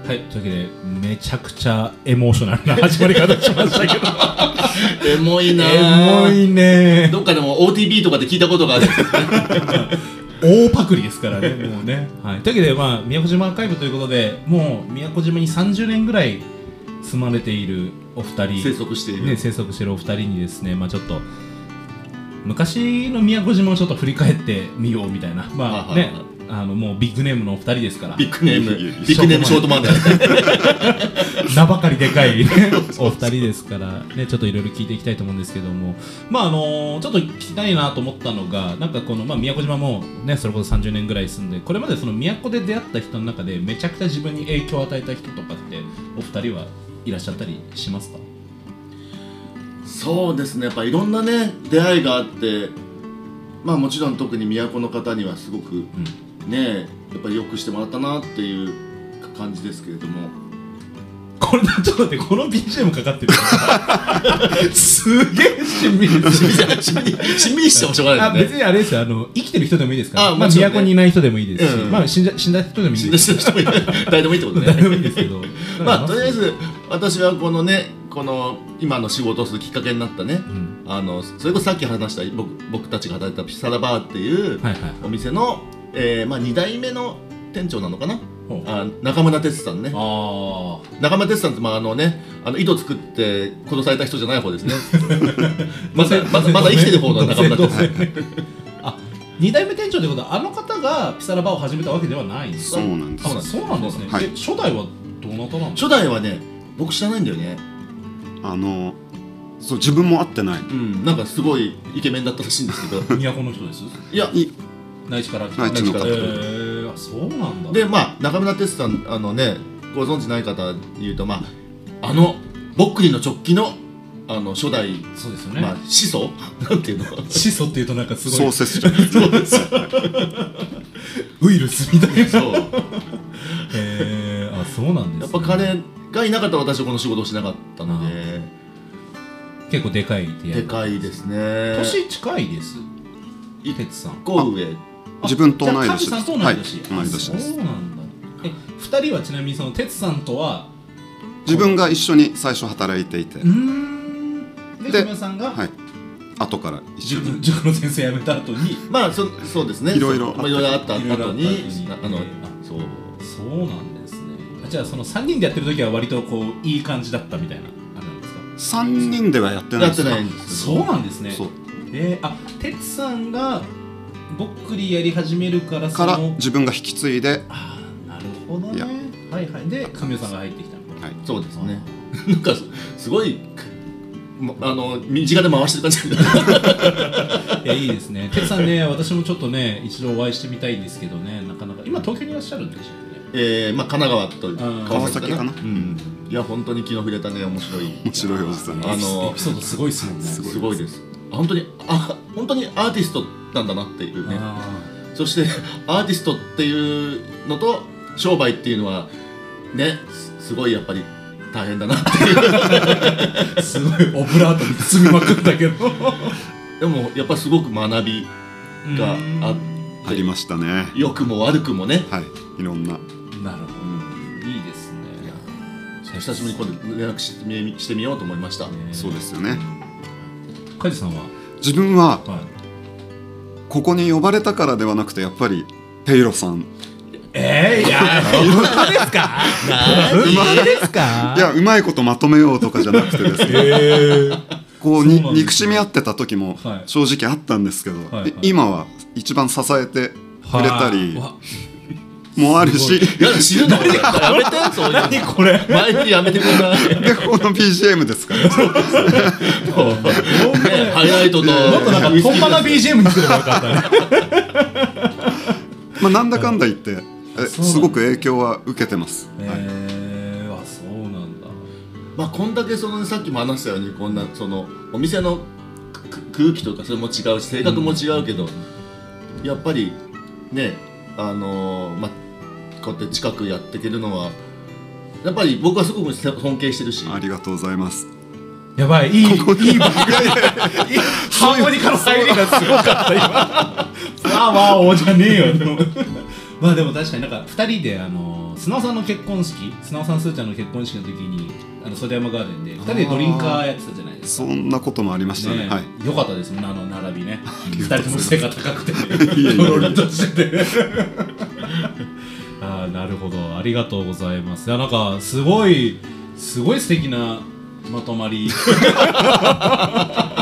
A: はいというわけでめちゃくちゃエモーショナルな始まり方しましたけど
B: エモ いな
A: エモ
B: ー
A: いね
B: どっかでも OTB とかで聞いたことがある
A: 大パクリです からねもうね、はい、というわけでまあ宮古島アーカイブということでもう宮古島に30年ぐらい住まれているお二人
B: 生息している、
A: ね、生息してるお二人にですね、まあ、ちょっと昔の宮古島をちょっと振り返ってみようみたいな、まあ
B: はいはい
A: ね
B: はい、
A: あのもうビッグネームのお二人ですから、
B: ビッグネーム
C: いえいえいえ
B: ビッグネームショートマン だよ
A: 名ばかりでかいお二人ですから、ね、ちょっといろいろ聞いていきたいと思うんですけども、まああのちょっと聞きたいなと思ったのが、なんかこの、まあ、宮古島も、ね、それこそ30年ぐらい住んで、これまでその宮古で出会った人の中で、めちゃくちゃ自分に影響を与えた人とかって、お二人はいらっしゃったりしますか
B: そうですねやっぱいろんなね出会いがあってまあもちろん特に都の方にはすごくねやっぱりよくしてもらったなっていう感じですけれども
A: これちょっと待ってこの BGM かかってるすげえしんみりする
B: しみしみしてもしょうが
A: あ
B: ないよ
A: 別
B: ね
A: にあれですよあの生きてる人でもいいですから
B: あ
A: まあ
B: もちろんね
A: 都にいない人でもいいですし、
B: うん
A: まあ死んだ死んだ人でもいい
B: 死ん
A: で
B: だ
A: す
B: 人もいない 誰でもいいってこと
A: 誰でもいい
B: ね
A: ですけど
B: まあとりあえ
A: う
B: ず私はこのねこの今の仕事をするきっかけになったね
A: ん
B: あのそれこそさっき話した僕僕たちが働いたピサラバーっていう
A: はいはい
B: お店の、えーまあ、2代目の店長なのかな
A: ほう
B: あ中村哲さんね
A: あ
B: 中村哲さんって、まああのね、あの井戸作って殺された人じゃない方ですねまだまだまだ生きてる方の中村哲さん
A: あ二代目店長ということはあの方がピサラバーを始めたわけではないんです
C: そうなんです
A: あそうなんですね、
C: はい
A: え初代はどなたなんですか
B: 初代はね僕知らないんだよね、
C: あのそう自分も会ってない
B: うん、なんかすごいイケメンだったらしいんですけど
A: 都の人です
B: いや
C: い
A: 内地から来た
C: 内地の方
A: えー、あそうなんだ
B: でまあ中村哲さんあのねご存知ない方で言うとまああのぼっくりの直帰のあの初代、
A: そうですよね、
B: まあ、始祖 なんていうのか
A: 始祖っていうとなんかすご
C: 創
A: い
C: 設者
B: そうですよ
A: ウイルスみたいなへ
B: そう
A: えあそうなん
B: や
A: で
B: っ
A: す、
B: ぱ
A: ね、
B: 彼がいなかったら私はこの仕事をしなかったので
A: 結構でかい出会
B: で
A: い
B: かいですね
A: 年近いです
B: い
A: 哲さん
B: 1個上
C: 自分と同い年
A: じゃあ
C: です
A: カズさんと同い年、
C: はい同い年
A: あ
C: です
A: そうなんだえ二人はちなみにその哲さんとは
C: 自分が一緒に最初働いていて
A: うーんで
C: で
A: 小宮さんが、
C: はい後から一緒
A: 塾
C: に
A: 塾の先生辞めた後に
B: まあそそうですね
C: いろいろ
B: そうまあいろいろあった
A: いろいろあった後
B: 後に
A: に
B: あの
A: あ
B: そう
A: そうなんですねあじゃあその三人でやってる時は割とこういい感じだったみたいなあれなんですか
C: 3人ではやってない
B: や
C: で
B: って
C: す
B: ないんです
A: そうなんですね
C: そう
A: えー、あてつさんがぼっくりやり始めるからそ
C: か
A: の
C: ら自分が引き継いで
A: あーなるほど
C: い
A: ね
C: や
A: はいはいで神谷さんが入ってきたの
C: はい
B: そうですねなんかすすごいもあの身近で回してる感じ だね
A: いやいいですね てつさんね私もちょっとね一度お会いしてみたいんですけどねなかなか今東京にいらっしゃるんでしょうね
B: えーまあ神奈川
A: うん
B: と
C: 川崎かな
B: うんいや本当に気の触れたね面白い
C: 面白いおじさん
B: あの
A: エピソードすごいですもんね
B: すごいです本当にあ本当にアーティストなんだなっていうね
A: あ
B: そして アーティストっていうのと商売っていうのはねすすごいやっぱり大変だなっていう
A: ーすごいオブラートに包みまくったけど
B: でもやっぱすごく学び があ
C: ありましたね
B: 良くも悪くもね、
C: はいいろんな
A: なるほどいいですね
B: いや久しぶりに今度連絡してみしてみようと思いました、
C: そうですよね
A: カイジさんは、
C: 自分は
A: はい、
C: ここに呼ばれたからではなくてやっぱりペイロさん
A: えー、いや本当ですか本当ですか
C: いやうまいことまとめようとかじゃなくてですね
A: えー
C: こ
A: そ
C: う
A: う
C: に
A: なんですね
C: 憎しみ合ってた時も
A: はい
C: 正直あったんですけど、
A: はいはい
C: で今は一番支えてくれたり
A: わ
C: もあるし、
B: いや死ぬの やめてそう いう
A: 何これ
B: の前にやめてくださ い
C: でこの BGM ですから、
B: もうねハイライトと
A: もっとなんか、トンパな BGM にすればよかったね。
C: まあ、なんだかんだ言って
A: あ
C: え
A: そうなんだ
C: すごく影響は受けてます、
A: へ
C: はい
A: えー、あそうなんだ
B: まあこんだけその、さっきも話したようにこんなそのお店のくく空気とかそれも違うし性格も違うけど、やっぱりねあのーまあこうやって近くやっていけるのはやっぱり僕はすごく尊敬してるし
C: ありがとうございます
A: やばいいいいい番組いいハーモニカの入りがすごかった今ああわおじゃねえよまあでも確かになんか2人であの砂尾さんの結婚式砂尾さんすーちゃんの結婚式の時にあの袖山ガーデンで2人でドリンカーやってたじゃないです
C: そ
A: か
C: んなこともありましたね
A: ね
C: はい
A: えよかったですねあの並びね2
C: りが
A: 人と
C: とうござい
A: も
C: ます
A: 背が高くて
C: いやいやい
A: と
C: や
A: ろりとしててああなるほどありがとうございますいやなんかすごいすごい素敵なまとま りね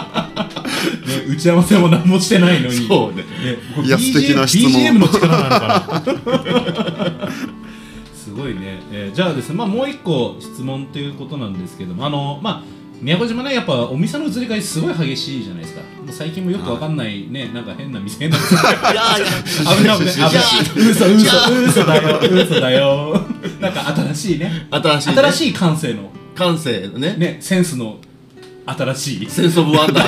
A: 打ち合わせも何もしてないのに
B: そうね
A: ねこれ
C: いや素敵な質問
A: BGM の力なのかな すごいね、えーじゃあですね、まあ、もう一個質問ということなんですけどもあのまあ宮古島ねやっぱお店の移り変わりすごい激しいじゃないですかもう最近もよくわかんないねなんか変な店なんです よ
B: いやいや
A: 危ない危ない危ない嘘嘘嘘だよ嘘だよなんか新しいね
B: 新しい、ね、
A: 新しい感性の
B: 感性のね
A: ねセンスの新しい
B: センスオブワンダ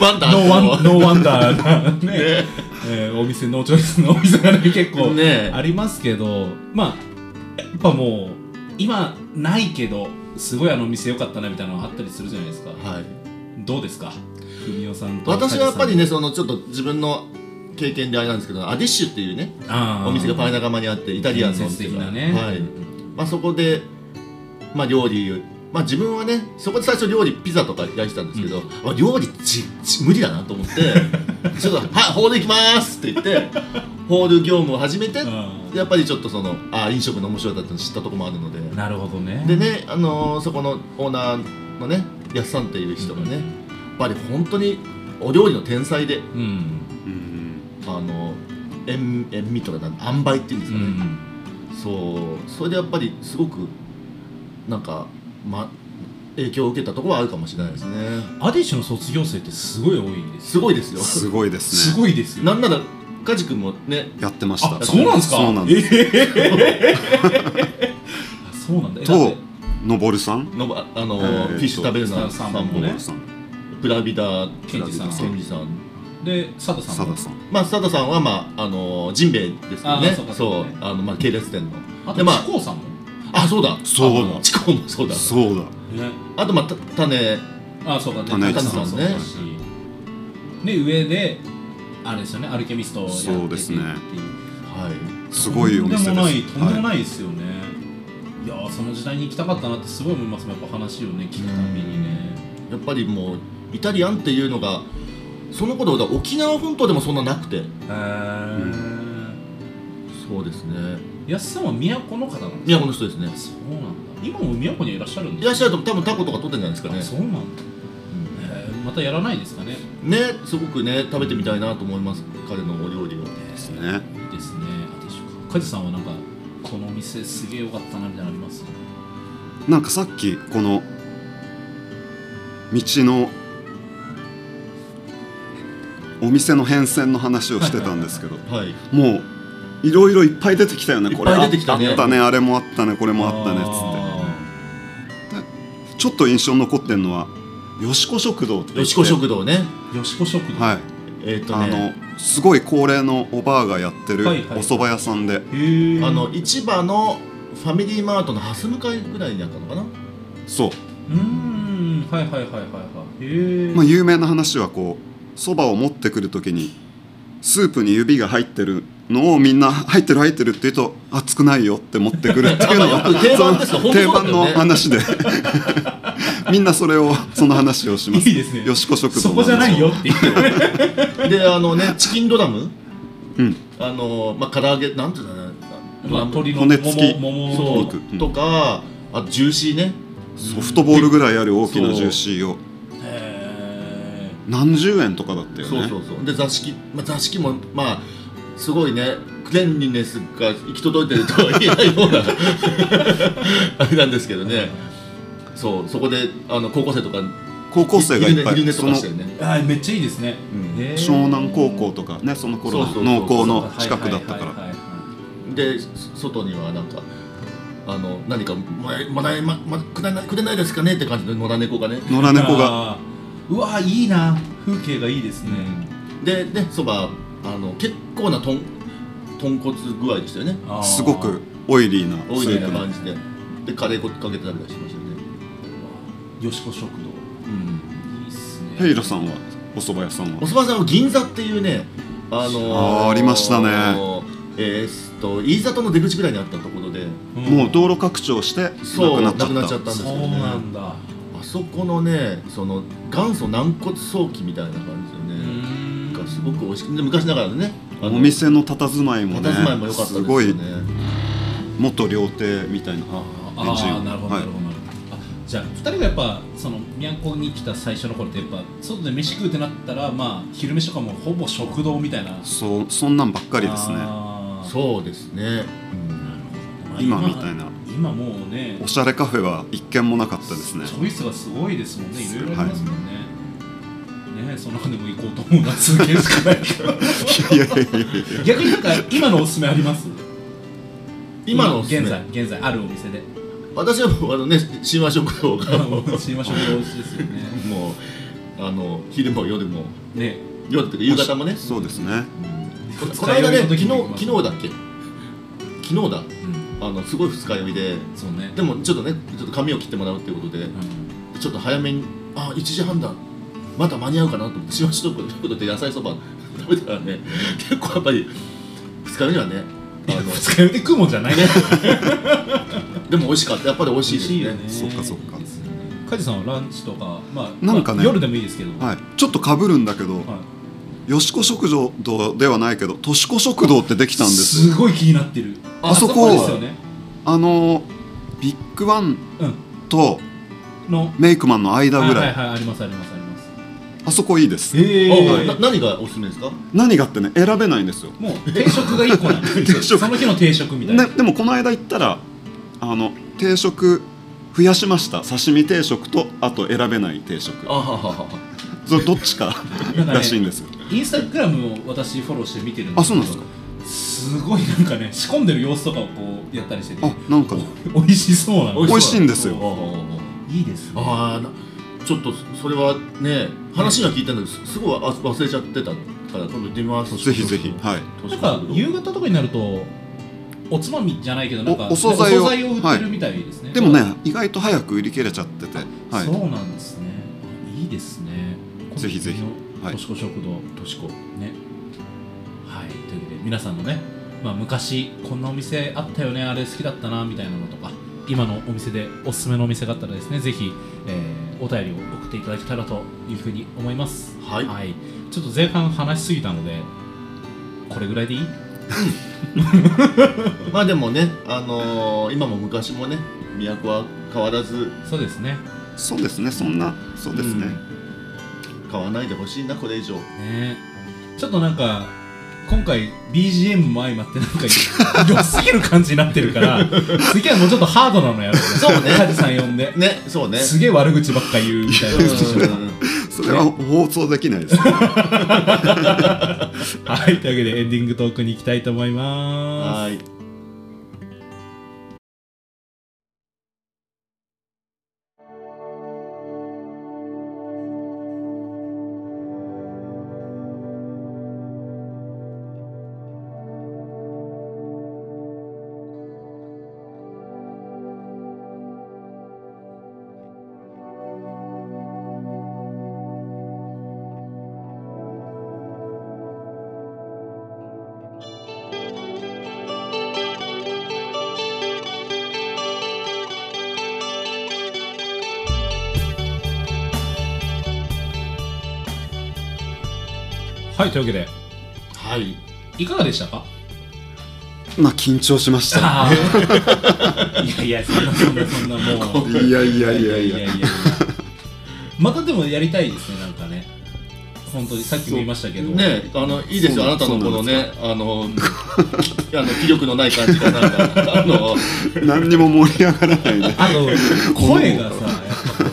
B: ワンダー
A: ノーワンノーワンダーなねえーお店ノーチョイスのお店がね結構
B: ね
A: ありますけど、まあやっぱもう今ないけどすごいあのお店良かったなみたいなのあったりするじゃないですか
B: はい
A: どうですか文雄さんと
B: 私はやっぱりね
A: 梶
B: そのちょっと自分の経験であれなんですけどアディッシュっていうね
A: さんあー
B: お店がパイナガマにあってイタリアンのお店が
A: 伝説的なね
B: はい
A: うん
B: まあ、そこで、まあ、料理をまあ自分はねそこで最初料理ピザとか焼いてたんですけど、あ料理ちち無理だなと思って ちょっと「はいホール行きます」って言ってホール業務を始めて
A: うん
B: やっぱりちょっとそのあ飲食の面白さっていうのを知ったところもあるので
A: なるほどね
B: でね、あのーそこのオーナーのねやっさんっていう人がねやっぱり本当にお料理の天才で
A: うん
C: うん
B: あの塩塩味とかなん塩梅っていうんです
A: う
B: かね、
A: ん
B: そうそれでやっぱりすごくなんか、ま、影響を受けたところはあるかもしれないですね
A: アディッシュの卒業生ってすごい多いんです
B: すごいですよ
C: すごいです
A: す
C: ね
A: ごいですよ
B: なんならカジ君もね
C: やってまし
A: あ
C: た
A: そうなんですか
C: そうなんです
A: え ーあそうなんだえだって
C: とのぼるさん
B: のばあの、
C: えーと
B: フィッシュ食べる
A: さ
B: なさ
A: ん
B: ん
A: も
B: も
A: ね
B: ね
C: のぼるさん
B: プラビダ
A: ケンジさん
B: ケンジさん
A: で佐藤さ
C: さ
A: んも
C: ださん
B: まあ佐田さんはまああのジンベエですよ
A: あー
B: ね
A: そうか
B: そ
A: そう
B: う
A: かね
B: あのまあ系列店の
A: あ
B: で
A: と
B: まあ
A: チコさんも
B: あそうだ
C: そうだ
B: あチコもそうだ
C: そうだ
A: ね
B: あとまあた種
A: あそうかね
C: 田中
A: 田中
B: さん
A: も
B: ね
A: そうだしで上であれですよねアルケミストをやってて
C: そうですね
A: っていう
B: はい
C: すごいお店です
A: とんでもないとんでも
C: は
A: ないですよね、い、やーその時代に行きたかったなってすごい思いますもんやっぱ話をね聞くたびにね
B: やっぱりもうイタリアンっていうのがその頃だから沖縄本島でもそんななくて
A: へえ
B: そうですね
A: 安さんは都の方なんですか
B: 宮古の人ですね
A: あそうなんだ今も宮古にいらっしゃるん
B: い
A: です
B: らっしゃると多分タコとか取ってんじゃないですかね
A: あそうなんだ、へーまたやらないですかね
B: ねすごくね食べてみたいなと思います彼のお料理は
A: です
C: いね
A: いいですねあでしょうか梶さんはなんかこのお店すげえ良かったなみたいなのあります
C: なんかさっきこの道のお店の変遷の話をしてたんで すけど
B: はい
C: もういろいろいっぱい出てきたよねこれ
B: いっぱい出てきたね
C: ああったねあれもあったねこれもあったねっ
A: あ
C: つってちょっと印象に残ってんのはよしこ食堂って言って
B: よしこ食堂ね
A: ーよしこ食堂
C: はい、
B: えっ、と
C: あ
B: ね
C: のすごい高齢のおばあがやってる
A: はいはい
C: お蕎麦屋さんで、
A: へー
B: あの市場のファミリーマートの蓮向かいぐらいにあったのかな
C: そう
A: うーんはいはいはいはいはいへえ、
C: まあ、有名な話はこうそばを持ってくる時にスープに指が入ってるのをみんな入ってる入ってるって言うと熱くないよって持ってくるってい うの
B: あまあよく定番ですよ
C: そ
B: 本
C: の
B: 当
C: 定
B: そうだよ
C: 番
B: ね
C: の話で みんなそれをその話をします
A: いいですね
C: よしこ食堂
A: そこじゃないよっていう
B: であのねチキンドラム
C: うん
B: あのまあ唐揚げなんていうんだろうな
A: まあ鶏の
C: 骨付き
A: もも
B: そ
A: も
B: う
C: 肉うん
B: とかあとジューシーね
C: ソフトボールぐらいある大きなジューシーを
A: へ
C: 何十円とかだったよね
B: そうそうそうで座敷、まあ、座敷もまあすごいねクレンリネスが行き届いてるとは言えないよう なあれなんですけどねそうそこであの高校生とか
C: 高校生がいっぱ
B: 昼
C: い
B: 寝昼寝と
C: そ
B: か
C: の
B: したよね
A: あーめっちゃいいですね、
B: うん
A: へー
C: 湘南高校とかねその頃
B: そうそうそう
C: の農工の近くだったから
A: はいはいはいはい
B: でそ外にはなんかあの何かま「まだままくれないくれないですかね?」って感じの野良猫がね
C: 野良猫が
A: あーうわーいいな風景がいいですね、
B: でねそばあの結構なとん豚骨具合でしたよね
A: あー
C: すごくオイリーな
B: オイ
C: ス
B: ル
C: ー
B: な
C: プ
B: 感じででカレー粉かけて食べたりしましたよね
A: よしこ食堂
B: うん
A: いいっすね
C: ヘイラさんはお蕎麦屋さん
B: お
C: は
B: そば屋さんは銀座っていうねあの
C: あーありましたね
B: えー、っと飯里の出口ぐらいにあったところで
C: もう道路拡張して
B: そう
C: なくな
B: な
C: っちゃった
B: くなっちゃった
A: そうなんだ
B: あそこのねその元祖軟骨早期みたいな感じでね、がすごく美味しくで昔ながらのねあ
C: お
B: の
C: 店の佇まいもね
B: 佇まいも良かったです
C: す
B: よ
C: ごい
B: ね
C: 元料亭みたいな
A: あー
C: エンジン
A: あーなるほど
C: は
A: ないるほど、なるほどあじゃあ2人がやっぱその都に来た最初の頃ってやっぱ外で飯食うってなったらまあ昼飯とかもほぼ食堂みたいな
C: そうそんなんばっかりですね
A: あー
B: そうですね、
A: まあ
C: 今みたいな
A: 今もうね
C: おしゃれカフェは一軒もなかったですね
A: チョイスがすごいですもんねいろいろありますもんね、ねその中でも行こうと思うのは数件しかないけど
C: いやいやいやいや
A: 逆になんか今のおすすめあります
B: 今のおすすめ
A: 現在現在あるお店 で
B: 私はもうあのね神話食堂が もう
A: 知りましょう美味しいですよね
B: あの昼も夜も
A: ね
B: 夜とか 夕方もね
C: そうですね
B: ここの間ね昨
A: 二
B: 日
A: 日酔いの時も行き
B: 昨
A: ます
B: 日だっけ昨日だ
A: うん
B: あのすごい二日酔いで
A: そうね
B: でもちょっとねちょっと髪を切ってもらうっていうことで
A: うん
B: ちょっと早めにあ1時半だまだ間に合うかなと思ってしましとくことで野菜そば 食べたらね結構やっぱり二日酔いにはね あの
A: 二日酔いで食うもんじゃないね
B: でも美味しかったやっぱり美味しいですね
C: そっかそっか
A: カジさんはランチとかまあ
C: なんかね
A: まあ夜でもいいですけど
C: はいちょっとかぶるんだけど
A: は
C: よしこ食堂ではないけどとしこ食堂ってできたんです
A: すごい気になってる
C: あそこ
A: ですよね
C: あのビッグワン
A: うん
C: と
A: の
C: メイクマンの間ぐ
A: は
C: ら
A: い
C: い
A: はいはいありますありますあります
C: あそこいいです
A: え
B: あな何がおすすめですか
C: 何がってね選べないんですよ
A: もう定食が一個なん
C: 定食
A: その日の定食みたいな、
C: ね、でもこの間行ったらあの定食増やしました刺身定食とあと選べない定食
B: あははは
C: それどっちか
A: なんかね
C: らしいんですよ
A: インスタグラムを私フォローして見てるん
C: あ
A: です
C: そうなんですか
A: すごいなんかね仕込んでる様子とかをこうやったりしてて
C: あなんかね
A: 美味しそうなの
C: 美味しいんですよ
A: いいですね
B: ああちょっとそれはね話は聞いたんだけどすすごいあ忘れちゃってたから今度行ってみます
C: ぜひぜひはい
A: なん
B: 年
A: か
B: 越し
A: 夕方とかになるとおつまみじゃないけどなんか
C: おお惣菜を
A: おを売ってるみたいですね、
C: でもね意外と早く売り切れちゃっててはい
A: そうなんですねいいですね
C: ぜひぜひはい
A: としこ食堂としこねはいというわけで皆さんのね、まあ、昔こんなお店あったよねあれ好きだったなみたいなのとか今のお店でおすすめのお店があったらですねぜひ、えーお便りを送っていただけたらというふうに思います
B: はい
A: ちょっと前半話しすぎたのでこれぐらいでいい
B: まあでもねあのー今も昔もね都は変わらず
A: そうですね
C: そうですねそんなそうですね、
B: 買わないでほしいなこれ以上
A: ねちょっとなんか今回 BGM も相まってなんか 良すぎる感じになってるから次はもうちょっとハードなのやろう
B: そうね
A: カジさん呼んで、
B: ねそうね
A: すげえ悪口ばっか言うみたいな
C: それは放送できないです、ね、
A: はいというわけでエンディングトークに行きたいと思い
B: うん
A: ます
B: はい
A: はいというわけで
B: はい
A: いかがでしたか
C: まあ緊張しま した
A: ああいやいやそんなそんなそんなもう
C: いやいやいやいや
A: やまたでもやりたいですねなんかね本当にさっきも言いましたけど
B: ねあのいいですよあ
C: そう
B: なたのこの
C: そうなん
B: ねあのき あの気力のない感じがなんかあの
C: 何にも盛り上がらないね
A: あと声がさやっぱこの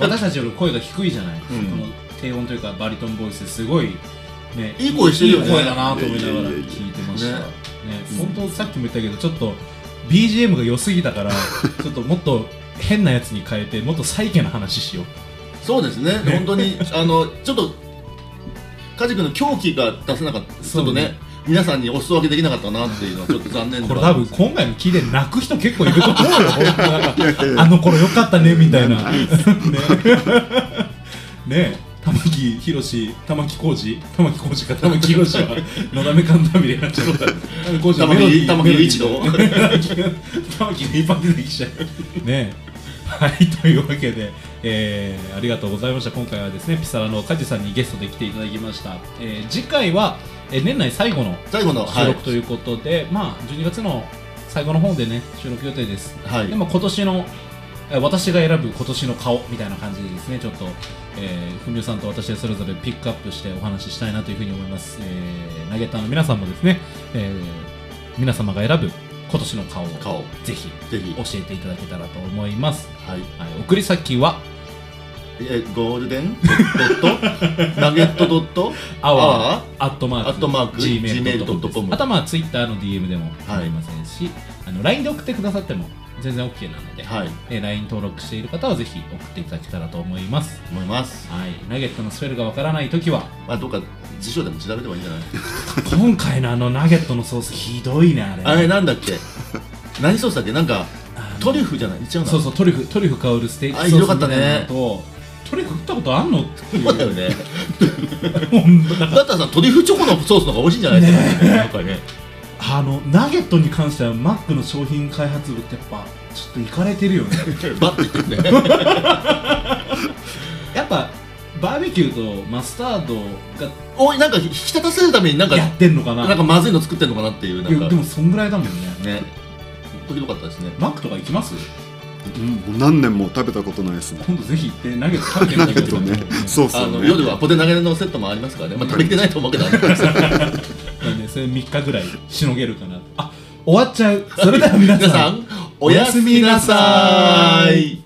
A: 私たちより声が低いじゃない、
B: ん
A: この低音というかバリトンボイスですごいね
B: いい声してるよね
A: いい声だなと思いながら聞いてましたね本当さっきも言ったけどちょっと BGM が良すぎた からちょっともっと変なやつに変えてもっとサイケな話しよう
B: そうですね、本当に、あの、ちょっと。カジ君の狂気が出せなかった、ちょっと
A: そうね
B: ね、皆さんにお裾分けできなかったなっていうのは、ちょっと残念で
A: これ
B: はあ
A: 多
B: るん
A: 分
B: ですけど
A: 今回も聞いて泣く人結構いると思うよなんかあの頃良かったねみたいなねね玉木宏玉置浩二玉置浩二か玉木宏はのだめカンタビレになっちゃった玉置浩二の
B: 玉
A: メロディ
B: 木
A: ー
B: 玉木雄一郎
A: メロディー玉木が一般出てきちゃうねはいというわけで、えーありがとうございました今回はですねピサラの梶さんにゲストで来ていただきました、えー次回は、えー年内最後の
B: 最後の、は
A: 収
B: い
A: 録、ということで、まあ12月の最後の方でね収録予定です、
B: はい
A: でも今年のえー私が選ぶ今年の顔みたいな感じでですねちょっとえーふみおさんと私でそれぞれピックアップしてお話ししたいなというふうに思います、えー、投げたの皆さんもですね、えー皆様が選ぶ今年の顔を
B: 顔、ぜ
A: ぜひ
B: ひ
A: 教、えていただけたらと思います、
B: はい、
A: はい、送り先は
B: え、ゴールデン、ド ット、ナゲットドット、
A: アワ
B: ワ
A: ーアットマーク
B: アットマーク
A: gmail.com
B: gmail.com
A: あとはまあツイッターの DM でも
B: はい
A: 構いませんし、あの LINE で送ってくださっても全然 OK なので、
B: はい、
A: えー LINE 登録している方はぜひ送っていただけたらと思います
B: 思います。
A: はいナゲットのスペルがわからない時 は
B: まあ、どっか辞書でも調べてもいいん じゃない。
A: 今回のあのナゲットのソースひどいねあれ
B: あれ、なんだっけ、何ソースだっけ、なんか、
A: あの
B: トリュフじゃない、違うな。
A: そう そうトリュフトリュフ香るステーキソ
B: あ
A: ース
B: ひどかったね
A: みいなのとトリュフ食ったことあんのって
B: うまだよね。
A: 本当だ
B: だったらさ、トリュフチョコのソースの方が美味しいんじゃないですか。なんかね。
A: あのナゲットに関してはマックの商品開発部ってやっぱちょっといかれてるよ ね
B: バッて言ってるね。
A: やっぱバーベキューとマスタードが
B: おい、なんか引き立たせるためになんか、
A: やってんのかな
B: なんかまずいの作ってんのかなっていう、ないん
A: や
B: か。
A: でもそんぐらいだもんね
B: ね。ほんとひどかったですね。
A: マックとか行きます
C: もう何年も食べたことないですね
A: 今度ぜひ行ってナゲット食べてみ
C: だ
A: た
C: け
A: けど
C: どね そうっす
B: あ
C: よ
B: の、
C: ね
B: 夜はポテ投げのセットもありますからね。まあ、食べきてないと思うけど。
A: なんでそれ3日ぐらいしのげるかなあ終わっちゃうそれでは皆
B: 皆
A: さ
B: さ
A: ん
B: ん、おやすみなさーい。